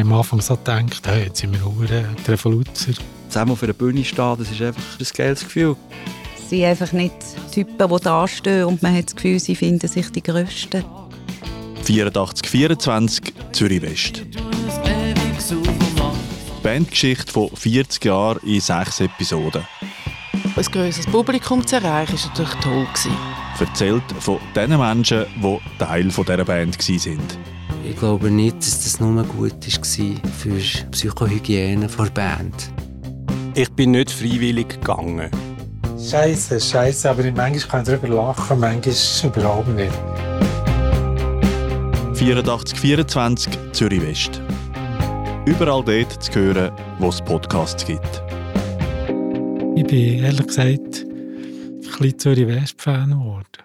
am Anfang so gedacht, hey, jetzt sind wir hure die Revoluzer. Zusammen auf einer Bühne stehen, das ist einfach ein geiles Gefühl. Es sind einfach nicht Typen, die da stehen und man hat das Gefühl, sie finden sich die Größten. 84 24 Zürich West. Die Bandgeschichte von 40 Jahren in sechs Episoden. Ein grösseres Publikum zu erreichen, war natürlich toll. Gewesen. Erzählt von den Menschen, die Teil von dieser Band waren. Ich glaube nicht, dass das nur gut war für die Psychohygiene der Band. Ich bin nicht freiwillig gegangen. Scheiße, scheiße, aber manchmal kann ich darüber lachen, manchmal überhaupt nicht. 84 24 Zürich West. Überall dort zu hören, wo es Podcasts gibt. Ich bin ehrlich gesagt ein bisschen Zürich West-Fan geworden.